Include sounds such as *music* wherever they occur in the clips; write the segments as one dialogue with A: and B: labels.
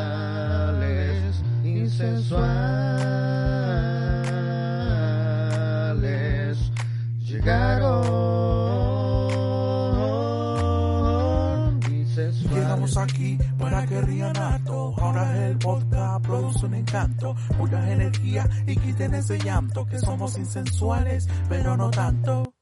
A: insensuales, insensuales, llegaron insensuales.
B: Llegamos aquí para que rían harto. Ahora es el podcast produce un encanto. Muchas energías y quiten ese llanto. Que somos insensuales, pero no tanto.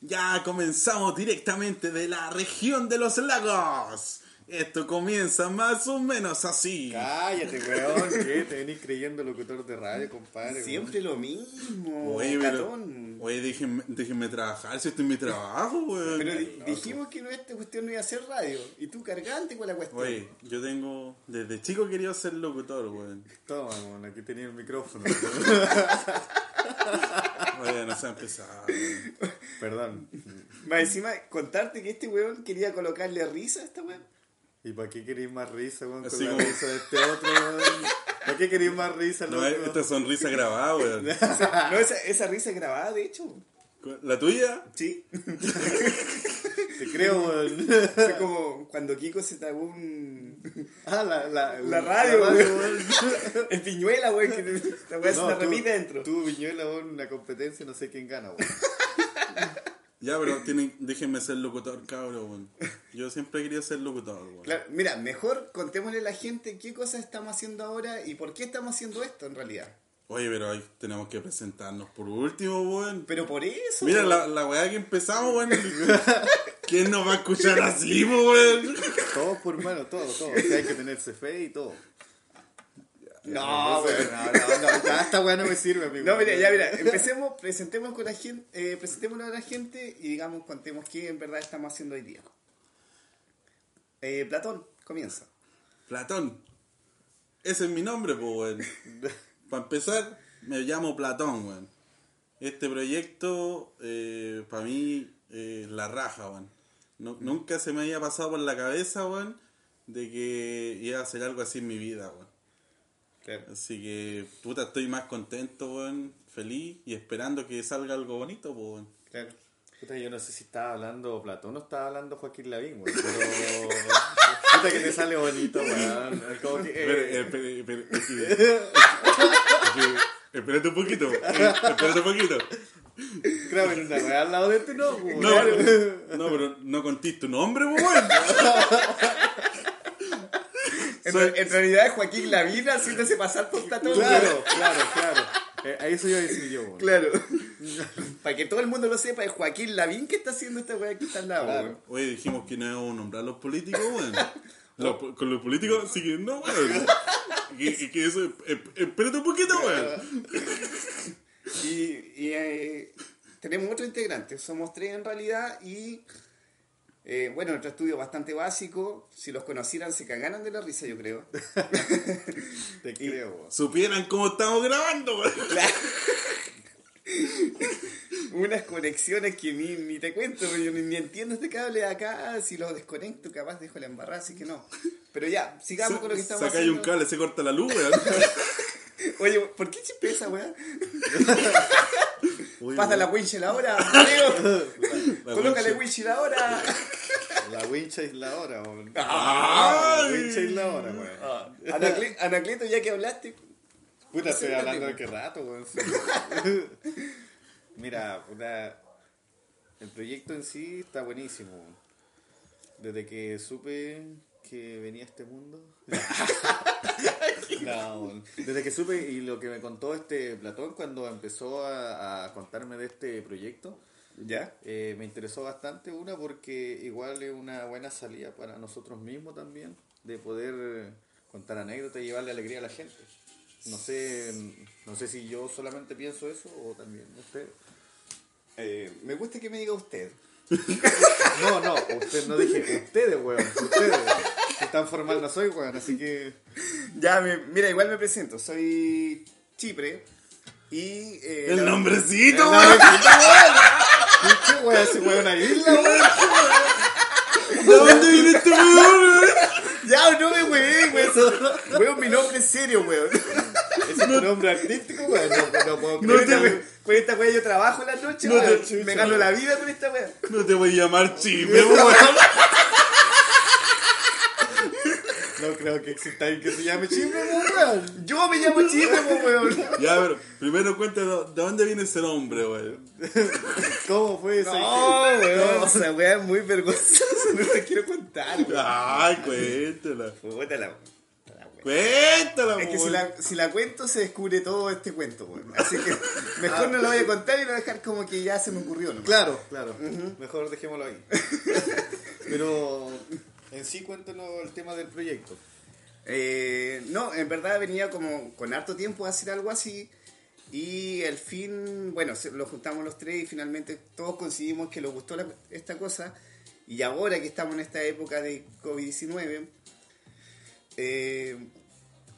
C: Ya comenzamos directamente de la región de los lagos. Esto comienza más o menos así.
A: Cállate, *laughs* weón, que te venís creyendo locutor de radio, compadre.
D: Siempre lo mismo.
C: Oye, pero,
D: catón.
C: oye déjenme, déjenme trabajar, si esto es mi trabajo, weón.
D: Pero di- dijimos que no, esta cuestión no iba a ser radio. Y tú cargante con la cuestión.
C: Oye, yo tengo, desde chico quería ser locutor, weón.
A: weón. Toma, weón, aquí tenía el
D: *laughs*
A: micrófono.
C: Oye, no se ha empezado. weón.
A: Perdón.
D: Más encima, contarte que este weón quería colocarle risa a esta weón.
A: ¿Y para qué queréis más risa, weón, con
C: Así
A: la
C: como-
A: risa de este otro, weón? ¿Para qué queréis más risa,
C: No, eh,
A: loco?
C: esta sonrisa grabada, weón.
D: No, esa, esa risa es grabada, de hecho.
C: ¿La tuya?
D: Sí.
A: Te creo, weón.
D: *laughs* Fue como cuando Kiko se tragó un.
A: Ah, la, la,
D: La radio,
A: weón.
D: *laughs* El piñuela, weón, que te- esta weón se
A: No,
D: la
A: tú-
D: repite dentro.
A: Tú, Viñuela, weón, una competencia, no sé quién gana, weón.
C: Ya, pero tienen, déjenme ser locutor, cabrón. weón. Yo siempre quería ser locutor, weón.
D: Claro, mira, mejor contémosle a la gente qué cosas estamos haciendo ahora y por qué estamos haciendo esto en realidad.
C: Oye, pero ahí tenemos que presentarnos por último, weón.
D: Pero por eso.
C: Mira
D: weón.
C: la, la weá que empezamos, weón. *laughs* ¿Quién nos va a escuchar así, weón?
A: Todos por mano, todos, todos. O sea, hay que tenerse fe E y todo.
D: No,
A: sé,
D: weón.
A: no, no, no, ya esta weá no me sirve, amigo.
D: No, mira, ya, mira, empecemos, presentemos con la gente, eh, presentémoslo a la gente y digamos, contemos qué en verdad estamos haciendo hoy día. Eh, Platón, comienza.
C: Platón. Ese es mi nombre, pues, weón. Para empezar, me llamo Platón, weón. Este proyecto, para mí, eh, la raja, weón. No- nunca se me había pasado por la cabeza, weón, de que iba a hacer algo así en mi vida, weón. Así que, puta, estoy más contento, weón, feliz y esperando que salga algo bonito, pues, weón.
D: Claro.
A: Puta, yo no sé si estaba hablando Platón o estaba hablando Joaquín Lavín, weón. *laughs* Pero. Puta que te sale bonito, weón. Como que. eh,
C: Espera, espera,
D: *laughs*
C: espera, es que- es que- Espérate un poquito, eh, espérate un poquito.
A: claro, pero una weá al lado de este no, weón.
C: No, pero, no, pero no contís tu nombre, pues, weón.
D: En,
C: Soy-
D: en realidad es Joaquín Lavina haciéndose pasar por Platón.
A: Claro, claro, claro. Eh, a eso iba a decir yo, weón.
D: *laughs* claro. Para que todo el mundo lo sepa, es Joaquín Lavín que está haciendo esta weá que está al lado. weón.
C: Oye, dijimos que no íbamos a nombrar a los políticos, weón. Los po- con los políticos, sí que no, weón. Y, y que eso, eh, espérate un poquito, weón.
D: Y, y, eh, tenemos otro integrante, somos tres en realidad y eh, bueno, nuestro estudio bastante básico, si los conocieran se cagaran de la risa
C: *laughs*
D: yo creo.
A: Te creo, weón.
C: Supieran cómo estamos grabando, weón.
D: Unas conexiones que ni, ni te cuento, yo ni, ni entiendo este cable de acá, si lo desconecto capaz dejo la embarrada, así que no. Pero ya, sigamos con lo que estamos
C: Saca ahí
D: haciendo.
C: un cable, se corta la luz, weón.
D: Oye, ¿por qué chipé esa weá?
A: Uy,
D: Pasa
A: weón,
D: la winchel ahora, Mateo.
C: *laughs* La
D: Colócale
C: wincha.
D: winchel ahora.
A: La wincha es la hora, weón. La wincha
C: ¡Ay!
A: es la hora, weón.
D: *laughs* Anacle- Anacleto, ya que hablaste,
A: Puta, estoy
D: Siéntate,
A: hablando de
D: weón.
A: qué rato, weón. Sí. Mira, puta, el proyecto en sí está buenísimo. weón. Desde que supe que venía a este mundo. No, weón. desde que supe y lo que me contó este Platón cuando empezó a, a contarme de este proyecto,
D: ¿ya?
A: eh, me interesó bastante una porque igual es una buena salida para nosotros mismos también, de poder contar anécdotas y llevarle alegría a la gente. No sé, no sé si yo solamente pienso eso o también usted.
D: Eh, me gusta que me diga usted.
A: *laughs* No, no, usted no dije, ustedes, weón, ustedes. Si tan formal no soy, weón, así que...
D: Ya, me- mira, igual me presento. Soy Chipre y... eh,
C: El
D: la-
C: nombrecito,
A: No,
C: weón.
A: ¿Qué, qué weón? ¿Ese weón ahí? isla, weón?
C: ¿De dónde viene este weón, weón?
D: *laughs* Ya, no me *laughs* weé, weón. Weón, mi nombre es serio, weón.
A: ¿Ese es tu nombre artístico, weón? No, no puedo
C: No
A: creer.
C: te-
D: Con esta- Con esta weá yo trabajo en la noche,
C: No te
D: weón.
C: chucho,
D: Me gano la vida con esta weá. *laughs*
C: No te voy a llamar Chipre, weón.
A: no creo que exista alguien que se llame Chifre, weón.
D: Yo me llamo Chifre, po, *laughs* weón.
C: Ya, pero primero cuéntanos, ¿de dónde viene ese nombre, weón?
A: ¿Cómo fue eso?
D: No, weón. O sea, weón, es muy vergonzosa. *laughs* No te quiero contar, weón.
C: Ay, cuéntala.
D: Puta la- la weón.
C: Cuéntala,
D: Es que si
C: weón.
D: la, si la cuento se descubre todo este cuento, weón. Así que mejor no lo voy a contar y lo voy a dejar como que ya se me ocurrió, ¿no?
A: Claro, claro. Mejor dejémoslo
D: *laughs*
A: ahí. Pero en sí cuéntanos el tema del proyecto.
D: Eh, no, en verdad venía como con harto tiempo a hacer algo así. Y al fin, bueno, se- lo juntamos los tres y finalmente todos coincidimos que nos gustó la- esta cosa. Y ahora que estamos en esta época de COVID-19, eh,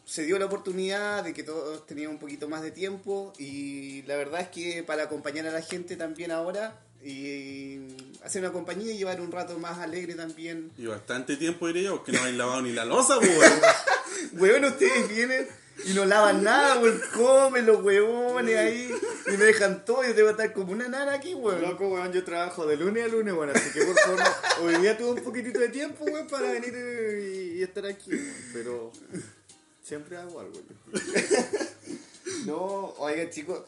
D: se dio la oportunidad de que todos tenían un poquito más de tiempo. Y la verdad es que para acompañar a la gente también ahora y hacer una compañía y llevar un rato más alegre también
C: Y bastante tiempo diría yo que no habéis lavado ni la losa, weón.
D: Weón, ustedes vienen y no lavan nada, weón. Comen los huevones ahí y me dejan todo. Yo tengo que estar como una nana aquí, weón.
A: Loco, weón, yo trabajo de lunes a lunes, bueno, así que por favor, no- hoy día tuve un poquitito de tiempo, weón, para venir eh, y, y estar aquí, weón, pero siempre hago algo, yo.
D: No, oiga, chicos,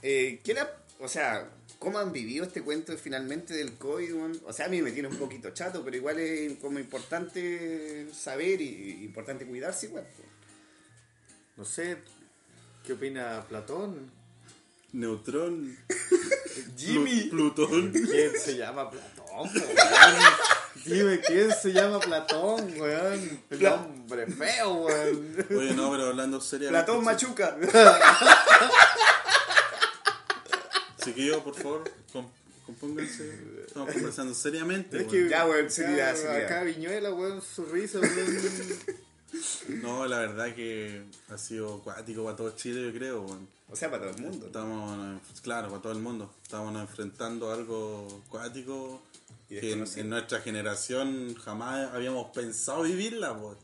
D: eh, ¿qué la- O sea, ¿cómo han vivido este cuento finalmente del COVID, weón? O sea, a mí me tiene un poquito chato, pero igual es como importante saber y, y importante cuidarse, igual. weón.
A: No sé, ¿qué opina Platón?
C: *laughs* Neutrón.
A: Jimmy.
C: Plu- Plutón.
A: ¿Quién se llama Platón, weón? Dime, ¿quién se llama Platón, weón? El
D: Pla-
A: hombre feo, weón.
C: Oye, no, pero hablando seriamente.
D: Platón Machuca.
C: Chiquillos, por favor, com- compónganse. Estamos conversando seriamente.
A: Es
C: weón.
A: que
D: Ya, weón, seriedad,
A: acá-
D: seriedad.
A: Acá Viñuela, weón, su risa, weón.
C: No, la verdad que ha sido cuático para todo Chile, yo creo. weón.
D: O sea, para todo el mundo. ¿no?
C: Estamos, claro, para todo el mundo. Estamos enfrentando algo cuático que
D: Y
C: en,
D: desconocido.
C: en nuestra generación jamás habíamos pensado vivirla. po.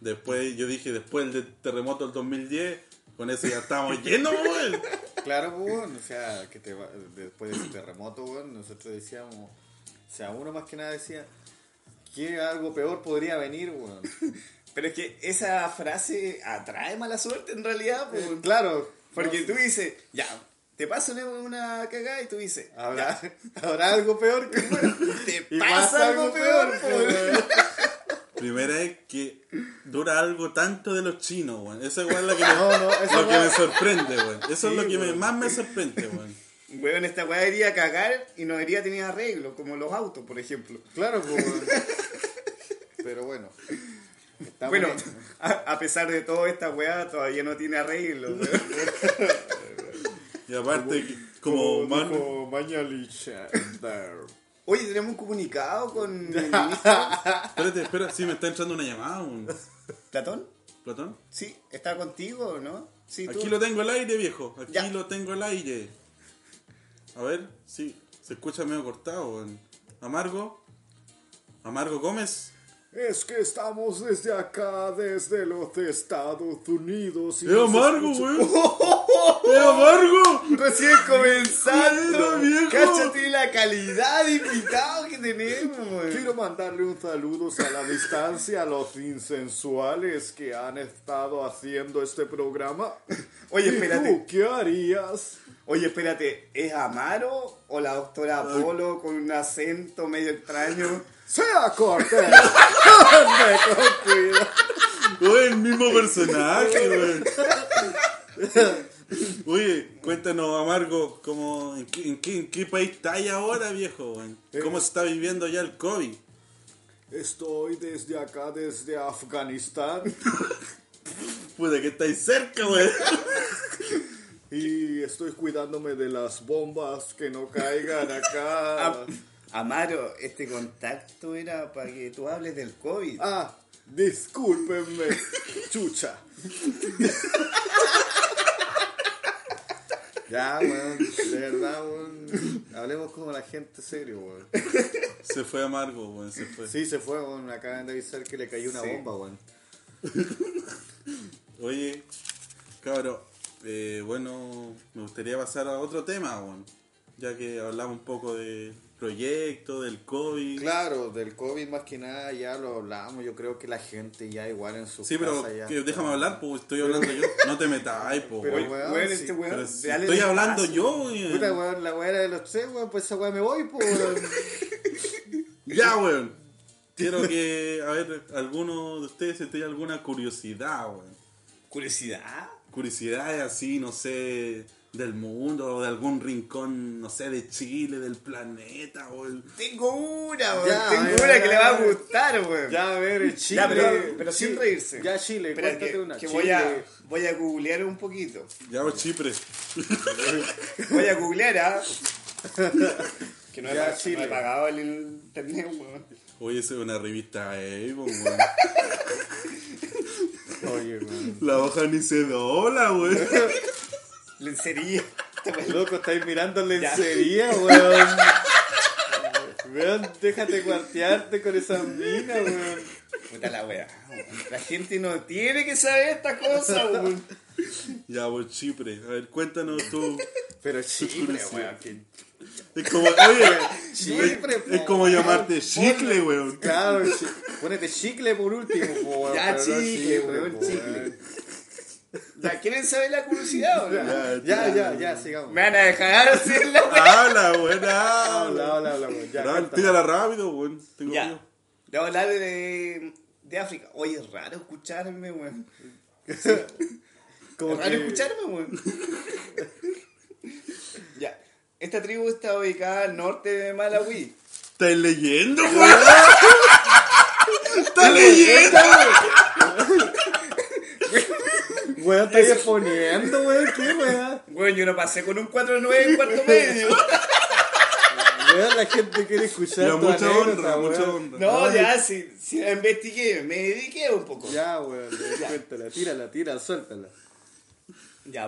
C: Después, yo dije, después del terremoto del 2010, con eso ya
D: *laughs*
C: estamos llenos, weón.
A: Claro, pues, weón, o sea, que te va- después de ese terremoto, weón, nosotros decíamos, o sea, uno más que nada decía, que algo peor podría venir, weón.
D: Pero es que esa frase atrae mala suerte en realidad, pues, weón.
A: Eh, Claro,
D: Porque tú dices, ya, te pasa una, una cagada y tú dices,
A: habrá, habrá algo peor que *laughs*
D: te
A: Ah. y
D: pasa algo peor,
A: po,
D: po.
A: weón.
C: Primera es que dura algo tanto de los chinos, weón. Esa weón es la que me,
A: No, no, esa
C: lo que me
A: weón-
C: sorprende, weón. Eso
A: Sí,
C: es lo que me-
A: weón.
C: más me sorprende, weón.
D: Weón, esta weá debería cagar y no debería tener arreglo, como los autos, por ejemplo.
A: Claro, pues,
D: *laughs*
A: weón. Pero bueno. estamos
D: bueno,
A: bien.
D: a, a pesar de todo, esta weá todavía no tiene arreglo, weón.
C: Y aparte, que- como, man-
A: dijo Mañalich, Chandler.
D: Oye, tenemos un comunicado *laughs* con el ministro
C: Espérate, espera, sí, me está entrando una llamada, *laughs* weón.
D: Platón.
C: Platón.
D: Sí, está contigo, o ¿no? Sí, tú.
C: Aquí lo tengo al aire, viejo. Aquí
D: Ya.
C: lo tengo al aire. A ver, sí, se escucha medio cortado, weón. Amargo. Amargo Gómez.
A: Es que estamos desde acá, desde los Estados Unidos. y
C: ¡Es
A: nos
C: amargo,
A: escucha-
C: weón! *laughs* ¡Es amargo!
D: Recién comenzando,
C: Mira, viejo.
D: Cáchate la calidad de invitado que tenemos, weón.
A: Quiero mandarle un saludo a la distancia a los insensuales que han estado haciendo este programa.
D: Oye,
A: ¿Y
D: espérate.
A: tú qué harías?
D: Oye, espérate, ¿es Amaro o la doctora Apolo con un acento medio extraño? *laughs*
A: Sea cortés. Ande contigo.
C: Oye, el mismo personaje, weón. Oye, cuéntanos, Amargo, ¿cómo, en, qué, en qué- en qué país estáis ahora, viejo? weón? ¿Cómo se está viviendo ya el COVID?
A: Estoy desde acá, desde Afganistán.
C: Puta, que estáis cerca, weón.
A: Y estoy cuidándome de las bombas que no caigan *laughs* acá.
D: Amaro, este contacto era para que tú hables del COVID.
A: Ah, discúlpenme, chucha. *laughs* Ya, weón, de verdad, weón. Hablemos como la gente serio, weón.
C: Se fue Amargo, weón, se fue.
A: Sí, se fue, weón. Acaban de avisar que le cayó una
D: Sí.
A: bomba, weón.
C: Oye, cabro, eh, bueno, me gustaría pasar a otro tema, weón. ya que hablamos un poco de proyecto, del COVID.
A: Claro, del COVID más que nada ya lo hablamos. Yo creo que la gente ya igual en su
C: Sí, pero
A: ya
C: que,
A: está-
C: déjame hablar, pues estoy hablando yo. No te metas, po,
A: Pero,
C: weón.
A: weón,
D: Weón,
A: sí.
D: este weón,
C: Pero si
D: dale
C: estoy
D: despacio.
C: hablando yo, weón.
A: Puta, weón, la weá era de los tres, weón, pues esa weá me voy, po, weón.
C: Ya, weón. Quiero que, a ver, alguno de ustedes si tiene alguna curiosidad, weón.
D: ¿Curiosidad?
C: Curiosidades así, no sé, del mundo o de algún rincón, no sé, de Chile, del planeta, weón.
D: Tengo una, weón.
A: Ya,
D: Tengo
A: ya,
D: una que
A: ya,
D: le va a
A: ya.
D: gustar, weón.
A: Ya, a ver, Chile.
D: Ya, pero, pero sin
A: Chile.
D: reírse.
A: Ya, Chile,
D: Espera,
A: cuéntate
D: que,
A: una.
D: que
A: Chile.
D: voy, a, voy a googlear un poquito.
C: Ya, o Chipre.
D: Voy a googlear *laughs* a. que no he,
A: Ya,
D: pag-
A: Chile.
D: no he pagado el internet, weón.
C: Oye, eso es una revista Evo, weón.
A: Oye, weón.
C: La hoja ni se dobla, weón.
D: Lencería. Esta
A: *laughs*
D: weón.
A: Loco, estáis mirando
D: *laughs*
A: lencería, weón. Weón, déjate cuartearte con esa mina, weón.
D: Puta la weá. weón. La gente no tiene que saber esta cosa, weón.
C: Ya, weón, Chipre. A ver, cuéntanos tú.
A: Pero Chile,
C: curiosidad.
A: weón. que-
C: Es como, oye,
A: Chipre,
C: es, es
A: po,
C: como
A: weón.
C: llamarte chicle, weón.
A: Claro, chi- ponete chicle por último, po, weón.
D: Ya,
A: pero no
D: chicle, weón,
A: po,
D: chicle. Ya, ¿Quieren saber la curiosidad, weón?
A: Ya, ya, ya, sigamos.
D: Me van a dejar hacerla, weón.
C: Habla, weón, habla.
A: Habla, habla, habla, weón. Ya,
C: Ra-
A: cuéntame.
C: Tírala rápido, weón. Tengo
D: Ya.
C: frío.
D: Le voy a hablar de, de África. Oye, es raro escucharme, weón.
A: Como
D: Es raro
A: que-
D: escucharme, weón. *laughs* ya. Esta tribu está ubicada al norte de Malawi.
C: ¿Estás leyendo, weón? ¿Estás leyendo?
A: Weón, estáis exponiendo, weón. ¿Qué, weón?
D: Weón, yo no pasé con un 4-9 en cuarto medio.
A: Weón, la gente quiere escuchar.
C: Ya,
A: tu
C: mucha honra,
A: anécdota,
C: mucha
A: weón.
C: honra.
D: *laughs* No, ya, si, si la investigué, me dediqué un poco. Ya,
A: Ya, weón, cuéntala, tírala, tírala, suéltala.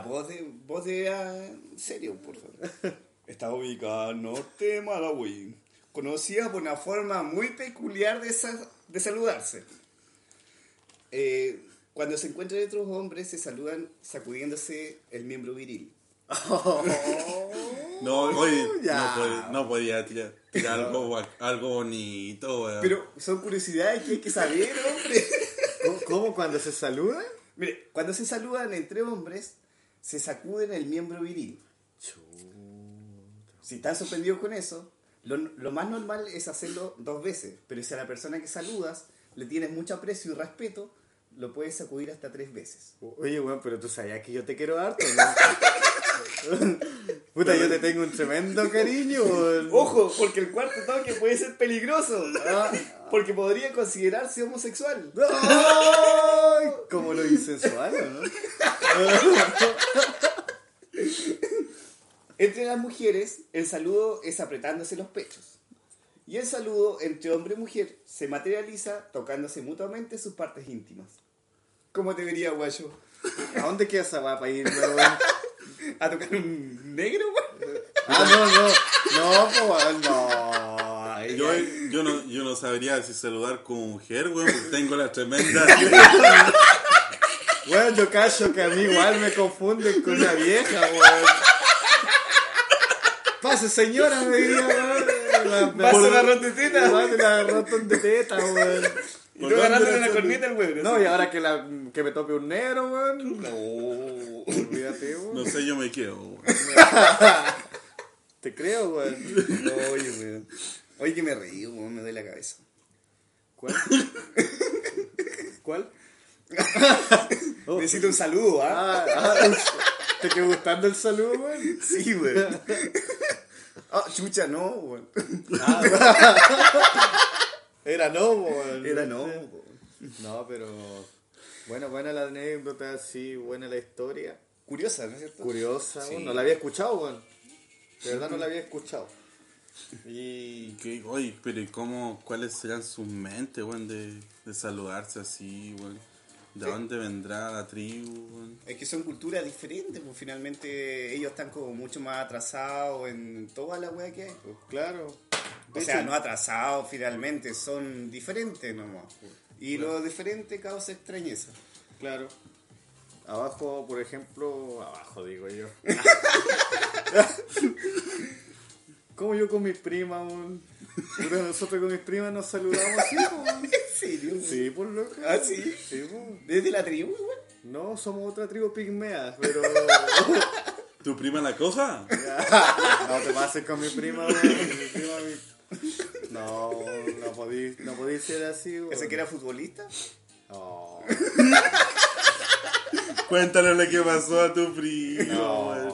D: vos de, vos de ah, serio, por favor. *laughs* Está ubicada al norte de Malawi. Conocida por una forma muy peculiar de, sa- de saludarse. Eh, cuando se encuentran otros hombres, se saludan sacudiéndose el miembro *laughs* viril.
C: No,
D: *laughs*
C: oye,
A: Ya.
C: no podía, no podía tirar, tirar algo, guac- algo bonito, weón.
D: Pero son curiosidades que hay que saber, hombre.
A: ¿Cómo, cómo cuando se saludan?
D: Mire, cuando se saludan entre hombres, se sacuden el miembro viril. Si están sorprendidos con eso, lo, lo más normal es hacerlo dos veces. Pero si a la persona que saludas le tienes mucho aprecio y respeto, lo puedes sacudir hasta tres veces.
A: Oye, weón, pero tú sabías que yo te quiero harto, ¿no? Puta, yo te tengo un tremendo cariño, weón.
D: ¡Ojo! Porque el cuarto toque puede ser peligroso.
A: Ah,
D: Porque podría considerarse homosexual.
A: ¡Ay! Como lo insensual, ¿no?
D: Entre las mujeres, el saludo es apretándose los pechos. Y el saludo entre hombre y mujer se materializa tocándose mutuamente sus partes íntimas. ¿Cómo te vería, guayo?
A: ¿A dónde queda esa guapa ahí, weón?
D: *laughs* ¿A tocar un negro, guayo?
A: Ah, no, no, no, po, weón, no. Ay,
C: Yo,
A: ay.
C: yo, no, yo no sabría si saludar como mujer, weón, porque tengo la
D: *laughs*
C: tremenda...
A: Weón, yo cacho que a mí igual me confunden con una vieja, weón. Pase, señora, me diría, weón. La- me-
D: Pase la roteteta.
A: Pase la rotón de teta, weón.
C: *laughs*
D: Y tú agarrándole la corneta al güey.
A: No, y ahora que, la, que me tope un negro, weón.
D: No.
A: Olvídate, weón.
C: No sé, yo me quedo, weón.
A: Te creo,
D: *laughs*
A: weón.
D: Oye, weón. Oye, que me reí, weón, me doy la cabeza. *laughs*
A: ¿Cuál? ¿Cuál? Oh.
D: Necesito un saludo,
A: Ah,
D: ¿ah?
A: ah, ¿Te quedó gustando el saludo, weón?
D: Sí, weón. Ah, chucha, no, weón.
A: Era no, weón.
D: *laughs* Era no, weón.
A: No, pero. Bueno, buena la anécdota, sí, buena la historia.
D: Curiosa, ¿no es cierto?
A: Curiosa,
D: Sí.
A: weón. No la había escuchado, weón. De verdad no la había escuchado.
C: Y que, oye, pero ¿y cómo, cuáles serán sus mentes, weón, de, de saludarse así, weón? ¿De dónde vendrá la tribu, weón?
D: Es que son culturas diferentes, pues finalmente ellos están como mucho más atrasados en toda la wea que hay. pues.
A: Claro.
D: O sea, no atrasados finalmente, son diferentes nomás. pues. Y lo diferente causa extrañeza. *laughs*
A: Claro. *laughs* Abajo, por ejemplo, abajo digo yo. Como yo con mis primas, weón. Puta, Nosotros con mis primas nos saludamos así, po, weón.
D: ¿En serio?
A: Sí, por loco.
D: ¿Ah, sí?
A: Sí, po.
D: ¿Desde la tribu, pues. güey?
A: No, somos otra tribu pigmea, pero.
C: ¿Tu prima la coja?
A: no te pases con mi prima, weón. Mi prima, mi- No, no podí, no podí ser así, weón.
D: ¿Ese que era futbolista?
A: No,
C: Cuéntale lo que pasó a tu prima,
A: no,
C: weón.